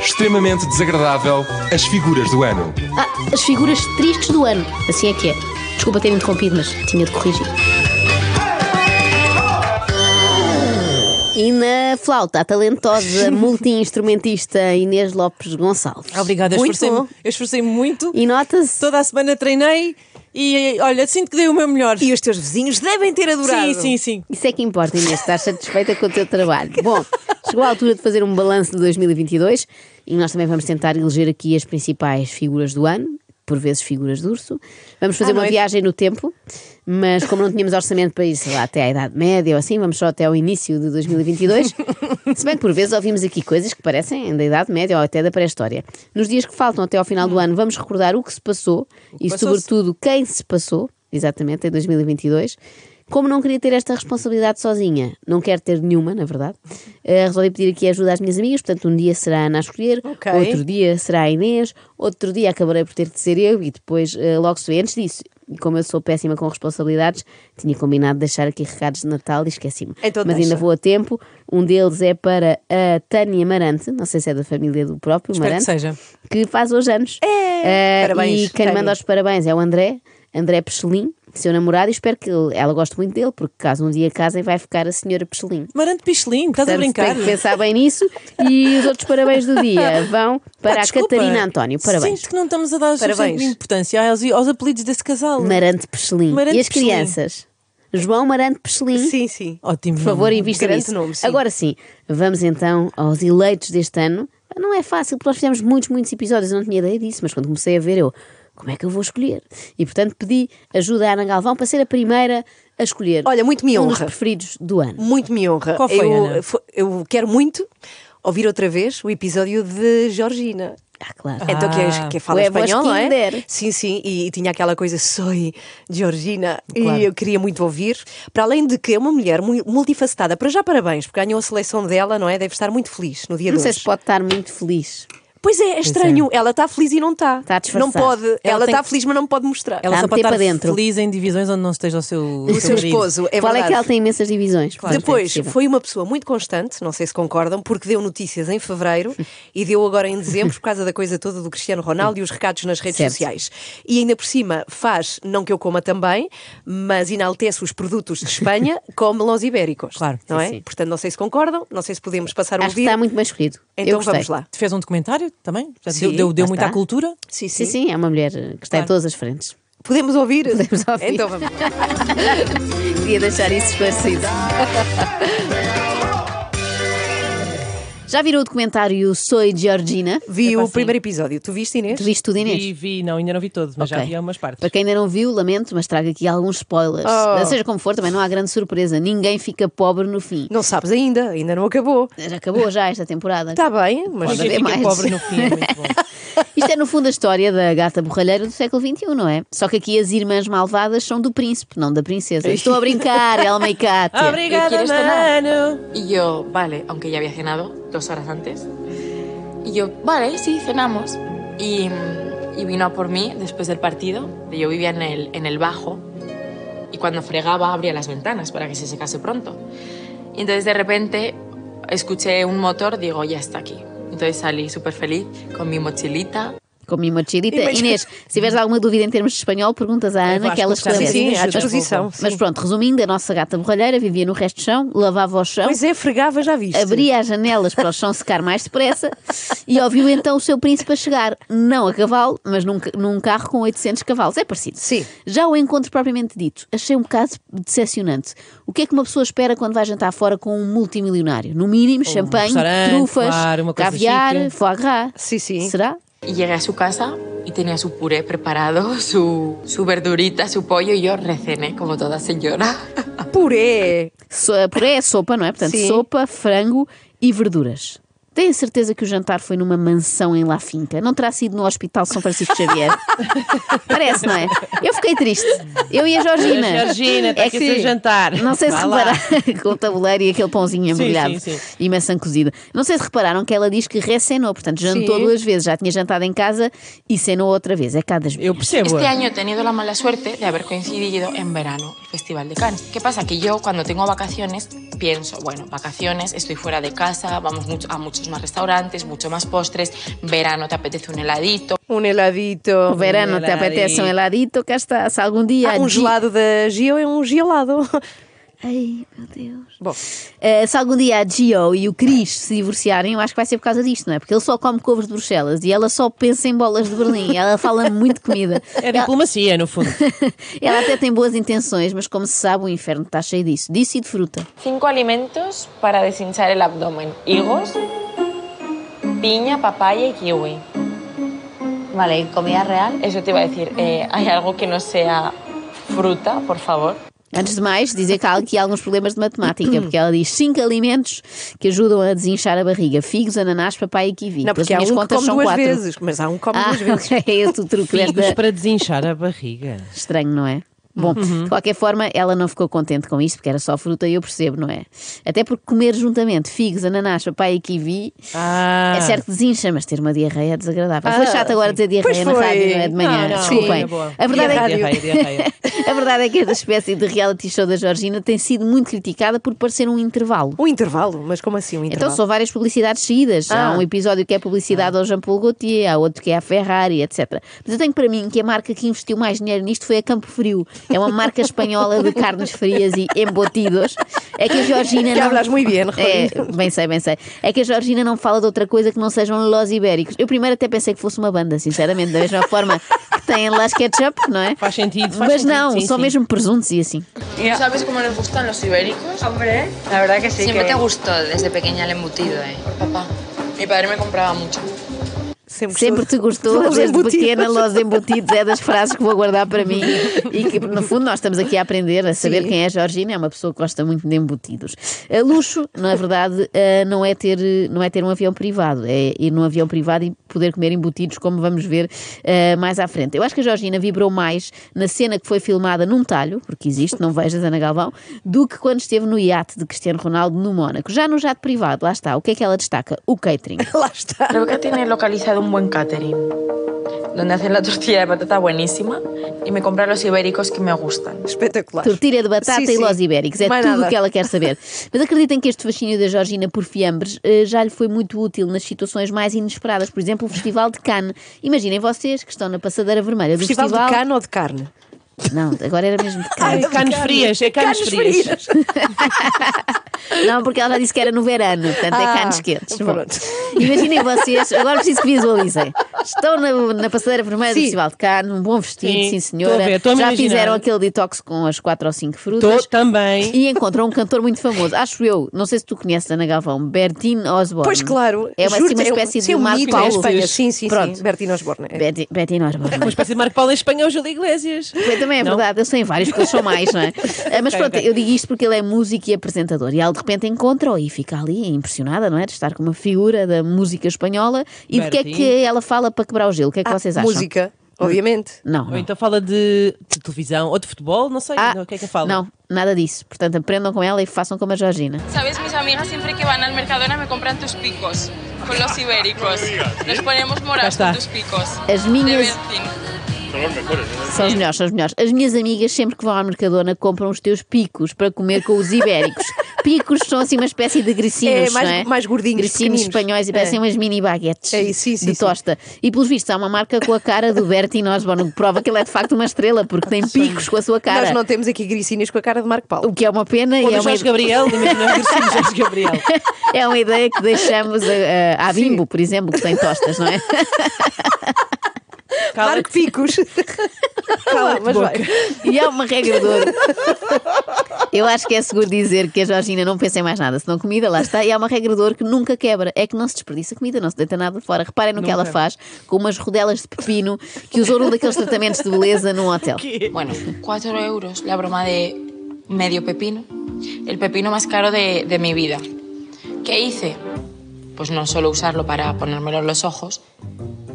extremamente desagradável as figuras do ano. Ah, as figuras tristes do ano. Assim é que é. Desculpa ter interrompido, mas tinha de corrigir. E na flauta, a talentosa multi-instrumentista Inês Lopes Gonçalves. Obrigada, eu Muito esforcei-me bom. eu esforcei-me muito. E nota-se. Toda a semana treinei e, olha, sinto que dei o meu melhor. E os teus vizinhos devem ter adorado. Sim, sim, sim. Isso é que importa, Inês, estar satisfeita com o teu trabalho. Bom, chegou a altura de fazer um balanço de 2022 e nós também vamos tentar eleger aqui as principais figuras do ano, por vezes figuras de urso. Vamos fazer À uma noite. viagem no tempo, mas como não tínhamos orçamento para isso, sei lá, até à Idade Média ou assim, vamos só até ao início de 2022. Se bem que por vezes ouvimos aqui coisas que parecem da Idade Média ou até da pré-história. Nos dias que faltam até ao final do ano, vamos recordar Hum. o que se passou e, passou-se. sobretudo, quem se passou, exatamente, em 2022. Como não queria ter esta responsabilidade sozinha, não quero ter nenhuma, na verdade, eh, resolvi pedir aqui ajuda às minhas amigas. Portanto, um dia será a Ana a escolher, Ok. outro dia será a Inês, outro dia acabarei por ter de ser eu e depois eh, logo se vê. Antes disso, e como eu sou péssima com responsabilidades, tinha combinado deixar aqui recados de Natal e esqueci-me. Então Mas deixa. ainda vou a tempo. Um deles é para a Tânia Marante, não sei se é da família do próprio Espero que Marante seja. É, que faz hoje anos. Eh, Parabéns, E quem Tânia. manda os parabéns é o André, André Pechelim, seu namorado, e espero que ele- ela goste muito dele, porque caso um dia casem, vai ficar a senhora Pechelim. Marante Pichelim, estás a Portanto, brincar? Tem que pensar bem nisso. E os outros parabéns do Ah, dia vão para Pá, a desculpa. Catarina António. Parabéns. Sinto que não estamos a dar Parabéns. suficiente importância aos, aos apelidos desse casal. Marante Pechelim. Marante e as Pechelim. crianças? João Marante Pechelim. Sim, sim. Ótimo. Por favor, invista grande nisso. nome, sim. Agora sim, vamos então aos eleitos deste ano. Não é fácil, porque nós fizemos muitos, muitos episódios, eu não tinha ideia disso, mas quando comecei a ver, eu, como é que eu vou escolher? E portanto pedi ajuda à Ana Galvão para ser a primeira a escolher. Olha, muito me um honra. dos preferidos do ano. Muito me honra. Qual foi, eu, Ana? fo- eu quero muito ouvir outra vez o episódio de Georgina. Ah, claro. Então, que é, que é fala O É Vos espanhol, não Kinder. é? Sim, sim, e, tinha aquela coisa, sou Georgina, Claro. e eu queria muito ouvir. Para além de que é uma mulher mu- multifacetada, para já parabéns, porque ganhou a seleção dela, não é? Deve estar muito feliz no dia não de sei hoje. se pode estar muito feliz. Pois é, é estranho, ela está feliz e não está. Está a disfarçar. não pode, ela tem está que- feliz, mas não pode mostrar. Ela só Dá-me pode tempo estar para dentro. feliz em divisões onde não esteja o seu, O seu marido. esposo, é Qual verdade. é que ela tem imensas divisões? Portanto, é Depois, possível. foi uma pessoa muito constante, não sei se concordam, porque deu notícias em fevereiro e deu agora em dezembro por causa da coisa toda do Cristiano Ronaldo e os recados nas redes Certo. sociais. E ainda por cima faz, não que eu coma também, mas enaltece os produtos de Espanha como los ibéricos. Claro. Não Sim, é? sim. Portanto, não sei se concordam, não sei se podemos passar a Acho que ouvir. está muito mais escolhido. eu Então gostei. vamos lá. Tu fez um documentário também? Portanto, Sim, deu deu, deu lá muito à está. cultura? Sim, sim, é uma mulher eh, que está em Claro. todas as frentes. Podemos ouvir? Podemos ouvir. Então vamos. Queria deixar isso esclarecido. Já viram o documentário Soy Georgina? Vi Epá, o sim. primeiro episódio. Tu viste, Inês? Tu viste tudo, Inês? Vi, vi, não, ainda não vi todos, mas já Ok. vi algumas partes. Para quem ainda não viu, lamento, mas trago aqui alguns spoilers. Oh. Seja como for, também não há grande surpresa. Ninguém fica pobre no fim. Não sabes ainda, ainda não acabou. Já acabou já esta temporada. Está bem, mas Olha, Ninguém ver fica mais. pobre no fim, é muito bom. Isto é, no fundo, a história da gata borralheira do século XXI, não é? Só que aqui as irmãs malvadas são do príncipe, não da princesa. Estou a brincar, Elma e Kátia. Obrigada, quieres tomar? mano! Y yo, vale, aunque ya había cenado dos horas antes. Y yo, vale, sí, cenamos. Y, mm, y vino a por mí después del partido. Yo vivía en el, en el bajo y cuando fregaba abría las ventanas para que se secase pronto. Y entonces de repente escuché un motor, digo, ya está aquí. Entonces salí súper feliz con mi mochilita. Com a minha mochilita. Imagina- Inês, se tiveres alguma dúvida em termos de espanhol, perguntas à Ana acho que ela que já sei, esclarece. assim, sim, à ajuda. disposição. sim. Mas pronto, resumindo, a nossa gata borralheira vivia no resto do chão, lavava o chão, Pois é, fregava, já viste. abria as janelas para o chão secar mais depressa e ouviu então o seu príncipe a chegar, não a cavalo, mas num, ca- num carro com 800 cavalos. É parecido. Sim. Já o encontro propriamente dito, achei um bocado decepcionante. O que é que uma pessoa espera quando vai jantar fora com um multimilionário? No mínimo, champanhe, restaurante, trufas, claro, uma coisa caviar, chique. foie gras. Sim, sim. Será? Y llegué a su casa y tenía su puré preparado, su, su verdurita, su pollo y yo recené como toda señora. Puré. So, puré é sopa, não é? Portanto, Sim. sopa, frango e verduras. Tenho a certeza que o jantar foi numa mansão em La Finca. Não terá sido no Hospital São Francisco Xavier. Parece, não é? Eu fiquei triste. Eu e a Georgina. É A Georgina, está aqui o seu jantar. Não sei se Vá lá. repararam. com o tabuleiro e aquele pãozinho Sim, embrulhado sim, sim. e maçã cozida. Não sei se repararam que ela diz que recenou. Portanto, jantou Sim. duas vezes. Já tinha jantado em casa e cenou outra vez. É cada vez. Eu percebo. Este año he tenido la mala suerte de haber coincidido en verano, el Festival de Cannes. ¿Qué pasa? Que yo cuando tengo vacaciones pienso, bueno, vacaciones, estoy fuera de casa, vamos mucho- a muchos muchos más restaurantes, mucho más postres. Verano te apetece un heladito. Um heladito. O verano te heladito. apetece um heladito, cá está. Se algum dia. Ah, um Gi- gelado da Gio é um gelado. Ai, meu Deus. Bom, Eh, se algum dia a Gio e o Cris se divorciarem, eu acho que vai ser por causa disto, não é? Porque ele só come couves de Bruxelas e ela só pensa em bolas de Berlim. Ela fala muito de comida. É diplomacia, no fundo. Ela até tem boas intenções, mas como se sabe, o inferno está cheio disso. Disso e de fruta. Cinco alimentos para deshinchar el abdomen. Higos, piña, papaya y kiwi. Vale, comida real. Eso te iba a decir. eh, ¿Hay algo que no sea fruta, por favor? Antes de mais, dizer que há aqui alguns problemas de matemática, porque ela diz cinco alimentos que ajudam a desinchar a barriga: figos, ananás, papai e kiwi. não, Pelas porque há um minhas que contas come são duas quatro. vezes, mas há um que come Ah, duas vezes. ok, é esse o truque Figos desta. para desinchar a barriga. Estranho, não é? Bom, de qualquer forma, ela não ficou contente com isto, porque era só fruta e eu percebo, não é? Até porque comer juntamente figos, ananás, papai e kiwi Ah, é certo que desincha, mas ter uma diarreia é desagradável. Ah, foi chato agora dizer diarreia pois na foi. rádio, não é? De manhã, Não, não, desculpem. na boa. A verdade é que diarreia, diarreia. A verdade é que esta espécie de reality show da Georgina tem sido muito criticada por parecer um intervalo. Um intervalo, mas como assim um Então intervalo? são várias publicidades seguidas. Há Ah. um episódio que é publicidade ao Jean-Paul Gaultier, há outro que é à Ferrari, etc. Mas eu tenho para mim que a marca que investiu mais dinheiro nisto foi a Campo Frio. É uma marca espanhola de carnes frias e embotidos. É que a Georgina Que não... hablas muy bien, É, Rodrigo. bem sei, bem sei. É que a Georgina não fala de outra coisa que não sejam los ibéricos. Eu primeiro até pensei que fosse uma banda, sinceramente, da mesma forma que tem las ketchup, não é? Faz sentido, faz Mas sentido, não, sim, só sim. mesmo presuntos e assim. ¿Sabes cómo nos gustan los ibéricos? Hombre, la verdad que sí. Siempre que- te gustó desde pequeña el embutido, ¿eh? Por papá. Mi padre me compraba mucho. Sempre, é Sempre te gostou, Los desde embutidos. pequena, los embutidos é das frases que vou guardar para mim e que, no fundo, nós estamos aqui a aprender a saber quem é a Georgina. É uma pessoa que gosta muito de embutidos. A luxo, na verdade, eh, não é, ter, não é ter um avião privado, é ir num avião privado e poder comer embutidos, como vamos ver eh, mais à frente. Eu acho que a Georgina vibrou mais na cena que foi filmada num talho, porque existe, não vejas, Ana Galvão, do que quando esteve no iate de Cristiano Ronaldo no Mónaco. Já no jato privado, lá está, o que é que ela destaca? O catering. Lá está. Creo que tiene localizado un buen catering, donde hacen la tortilla de patata buenísima y me compran los ibéricos que me gustan. Espetacular. Tortilha de batata Sim, e sim. los ibéricos. É Mais tudo nada. o que ela quer saber. Mas acreditem que este fascínio da Georgina por fiambres eh, já lhe foi muito útil nas situações mais inesperadas. Por exemplo, o Festival de Cannes. Imaginem vocês que estão na passadeira vermelha do Festival festival. de carne ou de carne? Não, agora era mesmo de Cannes. Carnes frias, é carnes, frias. Não, porque ela já disse que era no verano, portanto é Ah, Cannes quentes. Bom, pronto. Imaginem vocês, agora preciso que visualizem. Estão na, na passadeira vermelha do Festival de Cannes, um bom vestido, sim, Sim, senhora. estou a ver, estou a me já imaginar. fizeram aquele detox com as quatro ou cinco frutas. Tô também. E encontra um cantor muito famoso, acho eu, não sei se tu conheces Ana Galvão, Bertine Osborne. Pois claro. É uma, assim, juro-te, uma é um- espécie sim, de é um Marco mito em Paulo. Espanha. Sim, sim, Pronto. sim. Bertino Osborne. é. Berti- Bertine Uma Osborne. espécie de Marco Paulo em Espanha é o Júlio Iglesias. Eu também é Não? verdade, eu sei em vários, porque eles são mais, não é? Ah, Mas Ok, pronto, ok. eu digo isto porque ele é músico e apresentador. E ela de repente encontra-o e fica ali impressionada, não é? De estar com uma figura da música espanhola. E do que é Bertine. que ela fala para quebrar o gelo? O que é que Ah, vocês acham? Música, obviamente. Não. Ou não. então fala de, de televisão ou de futebol, não sei Ah, não, o que é que fala. Não, nada disso. Portanto, aprendam com ela e façam como a Georgina. Sabes, mis amigas siempre que van al Mercadona me compran tus picos con los ibéricos. Nos ponemos morados Ya está. con tus picos. As De minhas Bertín. São os melhores, são os melhores. As minhas amigas, sempre que vão à Mercadona, compram os teus picos para comer com os ibéricos. Picos são assim uma espécie de grecinos, É, mais- não é? mais gordinhos, Grecinos pequeninos. espanhóis e parecem umas mini baguetes É isso, isso, de isso. tosta. E pelos vistos há uma marca com a cara do Bertin Osborne, o que prova que ele é de facto uma estrela, porque tem picos com a sua cara. Nós não temos aqui gricinhas com a cara de Marco O Paulo. que é uma pena Ou e é do uma, Jorge Gabriel, imagina o Jorge Gabriel. é uma ideia que deixamos eh, à Bimbo, por exemplo, que tem tostas, não é? Cala-te. Marco Picos. Cala, mas vai. E há uma regra de ouro. Eu acho que é seguro dizer que a Georgina não pensa em mais nada, senão comida, lá está. E há uma regra de ouro que nunca quebra: é que não se desperdiça comida, não se deita nada fora. Reparem no que ela faz com umas rodelas de pepino que usou num daqueles tratamentos de beleza num hotel. Bueno, 4 euros la broma de medio pepino, el pepino más caro de, de mi vida. ¿Qué hice? Pues no solo usarlo para ponérmelo en los ojos,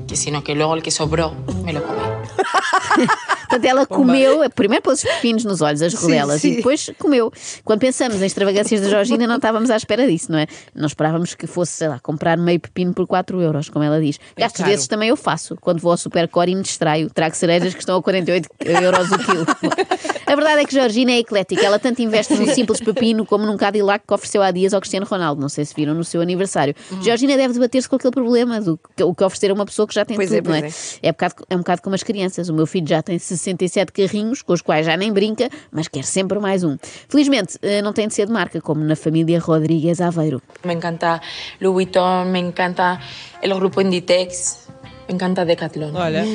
que sino que luego el que sobró me lo comí. Portanto, Portanto, ela comeu, primeiro pôs os pepinos nos olhos, as rodelas, sim. e depois comeu. Quando pensamos em extravagâncias da Georgina, não estávamos à espera disso, não é? Não esperávamos que fosse, sei lá, comprar meio pepino por 4 euros, como ela diis. É Gastos caro. desses também eu faço. Quando vou ao Supercore e me distraio, trago cerejas que estão a 48 euros o quilo. A verdade é que Georgina é eclética. Ela tanto investe num simples pepino como num Cadillac que ofereceu há dias ao Cristiano Ronaldo. Não sei se viram no seu aniversário. Hum. Georgina deve debater-se com aquele problema do que, o que oferecer a uma pessoa que já tem Pois tudo, é, pois não é? É, bocado, é um bocado como as crianças. O meu filho já tem 67 carrinhos, com os quais já nem brinca, mas quer sempre mais um. Felizmente, eh, não tem de ser de marca, como na família Rodrigues Aveiro. Me encanta Louis Vuitton, me encanta el grupo Inditex, me encanta Decathlon. Olha,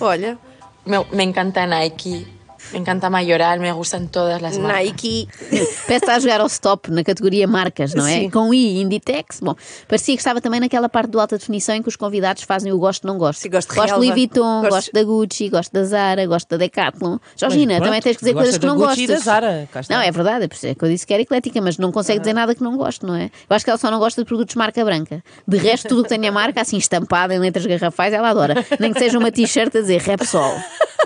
Olha, Me, me encanta Nike, me encanta Mayoral, me gustan todas las marcas. Nike. Parece estar a jogar ao stop na categoría marcas, não é? Sim. Com I, Inditex. Bom, parecia que estava também naquela parte do alta definição em que os convidados fazem o gosto, não gosto. Sim, gosto de gosto de relva. Louis Vuitton, gosto... Gosto- da Gucci, gosto da Zara, gosto da Decathlon. Georgina, pronto, também tens que dizer gosta coisas que da não Gucci e da gostas. Zara, cá está. Não, é verdade, é por isso é que eu disse que era eclética, mas não consegue Ah. dizer nada que não gosto, não é? Eu acho que ela só não gosta de produtos de marca branca. De resto, tudo o que tem a marca, assim estampada em letras garrafais, ela adora. Nem que seja uma t-shirt a dizer Repsol.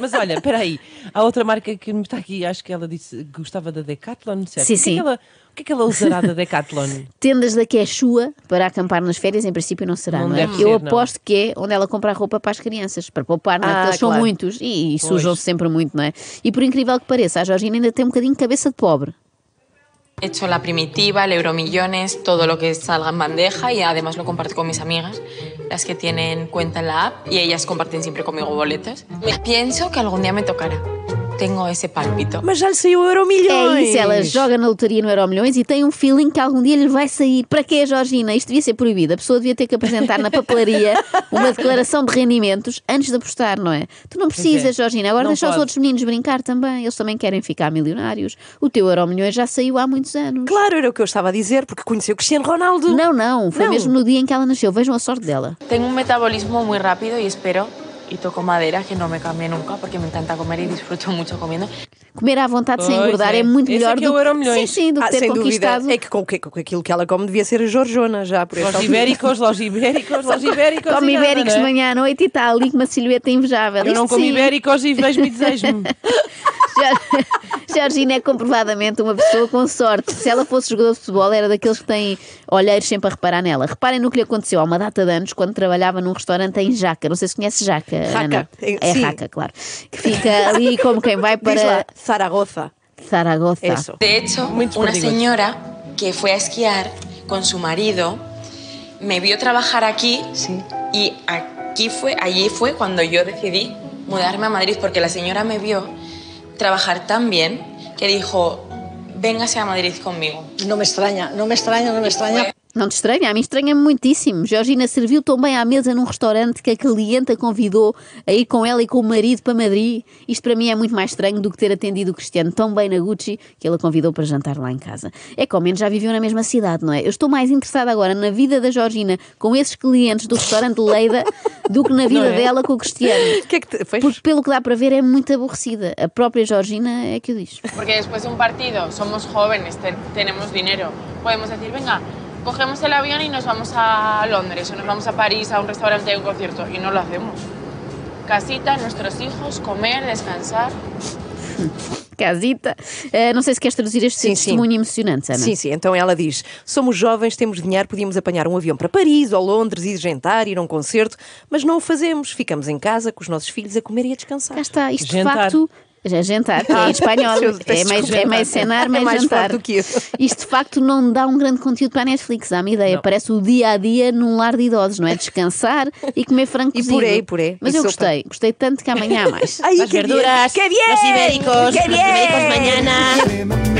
mas olha, espera aí. Há outra marca que me está aqui, acho que ela disse que gostava da Decathlon, certo? Sim, O que é sim. que ela- o que é que ela usará da Decathlon? Tendas da Quechua para acampar nas férias, em princípio não será, Não não, é? deve ser, Eu não. aposto que é onde ela compra a roupa para as crianças, para poupar, não é? Ah, Porque eles são claro. muitos e, e sujam-se sempre muito, não é? E por incrível que pareça, a Georgina ainda tem um bocadinho de cabeça de pobre. He hecho la primitiva, el euromillones, todo lo que salga en bandeja y además lo comparto con mis amigas, las que tienen cuenta en la app y ellas comparten siempre conmigo boletas. Me pienso que algún día me tocará. Tengo ese pálpito. Mas já lhe saiu o euro milhões. É isso, ela joga na lotaria no Euro Milhões e tem um feeling que algum dia lhe vai sair. Para quê, Georgina? Isto devia ser proibido. A pessoa devia ter que apresentar na papelaria uma declaração de rendimentos antes de apostar, não é? Tu não precisas, Georgina. Agora Não deixa os pode. outros meninos brincar também. Eles também querem ficar milionários. O teu Euro Milhões já saiu há muitos anos. Claro, era o que eu estava a dizer, porque conheceu Cristiano Ronaldo. Não, não, foi mesmo no dia em que ela nasceu. Vejam a sorte dela. Tengo un metabolismo muy rápido y espero, y toco madera, que no me cambie nunca porque me encanta comer y disfruto mucho comiendo. Comer à vontade sem Pois engordar é, é. muito Esse é melhor que do é o Euromilhões. Sim, sim, do que Ah, ter sem dúvida. conquistado. É que com, o que com aquilo que ela come devia ser a Jorjona já, por esta Los altura. ibéricos, los ibéricos, los ibéricos. Come e nada, ibéricos de não é? manhã à noite e está ali com uma silhueta invejável. Eu não Isto como sim. ibéricos e vejo-me e desejo-me. Geor- Georgina é comprovadamente uma pessoa com sorte. Se ela fosse jogador de futebol, era daqueles que têm olheiros sempre a reparar nela. Reparem no que lhe aconteceu há uma data de anos quando trabalhava num restaurante em Jaca. Não sei se conhece Jaca, Jaca. Ana. É Sim. Jaca, claro. Que fica ali como quem vai Diz lá, para Tá. Zaragoza. Zaragoza. Isso. De hecho, Muchos una perdigos. señora que fue a esquiar con su marido me vio trabajar aquí y aquí fue, allí fue cuando yo decidí mudarme a Madrid porque la señora me vio trabajar tan bien que dijo, véngase a Madrid conmigo. No me extraña, no me extraña, no me extraña. Não te estranha? A mim estranha-me muitíssimo. Georgina serviu tão bem à mesa num restaurante que a cliente a convidou a ir com ela e com o marido para Madrid. Isto para mim é muito mais estranho do que ter atendido o Cristiano tão bem na Gucci que ele a convidou para jantar lá em casa. É que ao menos já viviam na mesma cidade, não é? Eu estou mais interessada agora na vida da Georgina com esses clientes do restaurante Leida do que na vida dela com o Cristiano. O que é que te... é? Pois, Porque pelo que dá para ver é muito aborrecida. A própria Georgina é que o diz. Porque después de un partido somos jóvenes, te- tenemos dinero. Podemos decir, venga, cogemos el avión y nos vamos a Londres o nos vamos a París a un restaurante a un concierto. Y no lo hacemos. Casita, nuestros hijos, comer, descansar. Casita. Ah, não sei se queres traduzir este Sim, sim. testemunho emocionante, Ana. Sim, sim. Então ela diz: somos jovens, temos dinheiro, podíamos apanhar um avião para Paris ou Londres, ir jantar, ir a um concerto, mas não o fazemos. Ficamos em casa com os nossos filhos a comer e a descansar. Cá está, isto Jantar. de facto. Já é jantar, que é em espanhol. Ah, Peço É mais, desculpa. é mais cenar, É mais, mais jantar. forte do que eu. Isto de facto não dá um grande conteúdo para a Netflix, dá-me ideia. Parece o dia a dia num lar de idosos, não é? Descansar e comer frango E cozido. purê, e purê, Mas e eu sopa. gostei, gostei tanto que amanhã há mais. Ai, Las é que Bien. verduras, ¡Qué bien! los ibéricos, ¡Qué los bien! ibéricos mañana. extremamente